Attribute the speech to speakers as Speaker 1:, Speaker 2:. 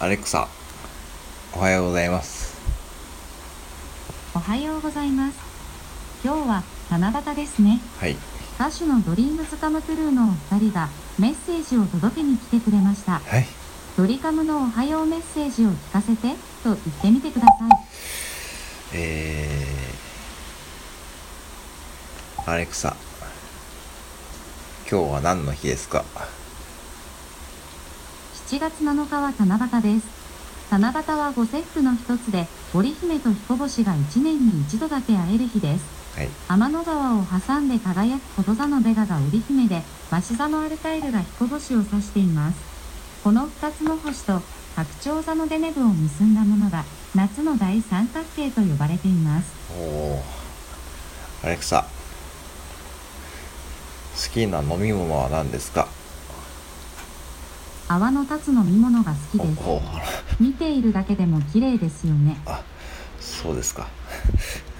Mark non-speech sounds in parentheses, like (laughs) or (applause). Speaker 1: アレクサ、おはようございます。
Speaker 2: おはようございます。今日は七夕ですね。
Speaker 1: はい。
Speaker 2: 歌手のドリームズカムトゥルーのお二人がメッセージを届けに来てくれました。
Speaker 1: はい。
Speaker 2: ドリカムのおはようメッセージを聞かせてと言ってみてください。
Speaker 1: えー、アレクサ、今日は何の日ですか
Speaker 2: 7月7日は七夕です。七夕は五節句の一つで、織姫と彦星が一年に一度だけ会える日です。
Speaker 1: はい。
Speaker 2: 天の川を挟んで輝くこと座のベガが織姫で、鷲座のアルタイルが彦星を指しています。この二つの星と白鳥座のデネブを結んだものが、夏の大三角形と呼ばれています。
Speaker 1: おー、アレクサ、好きな飲み物は何ですか
Speaker 2: 泡の立つ飲み物が好き
Speaker 1: お
Speaker 2: です。
Speaker 1: おー、
Speaker 2: 見ているだけでも綺麗ですよね。
Speaker 1: あ、そうですか。 (laughs)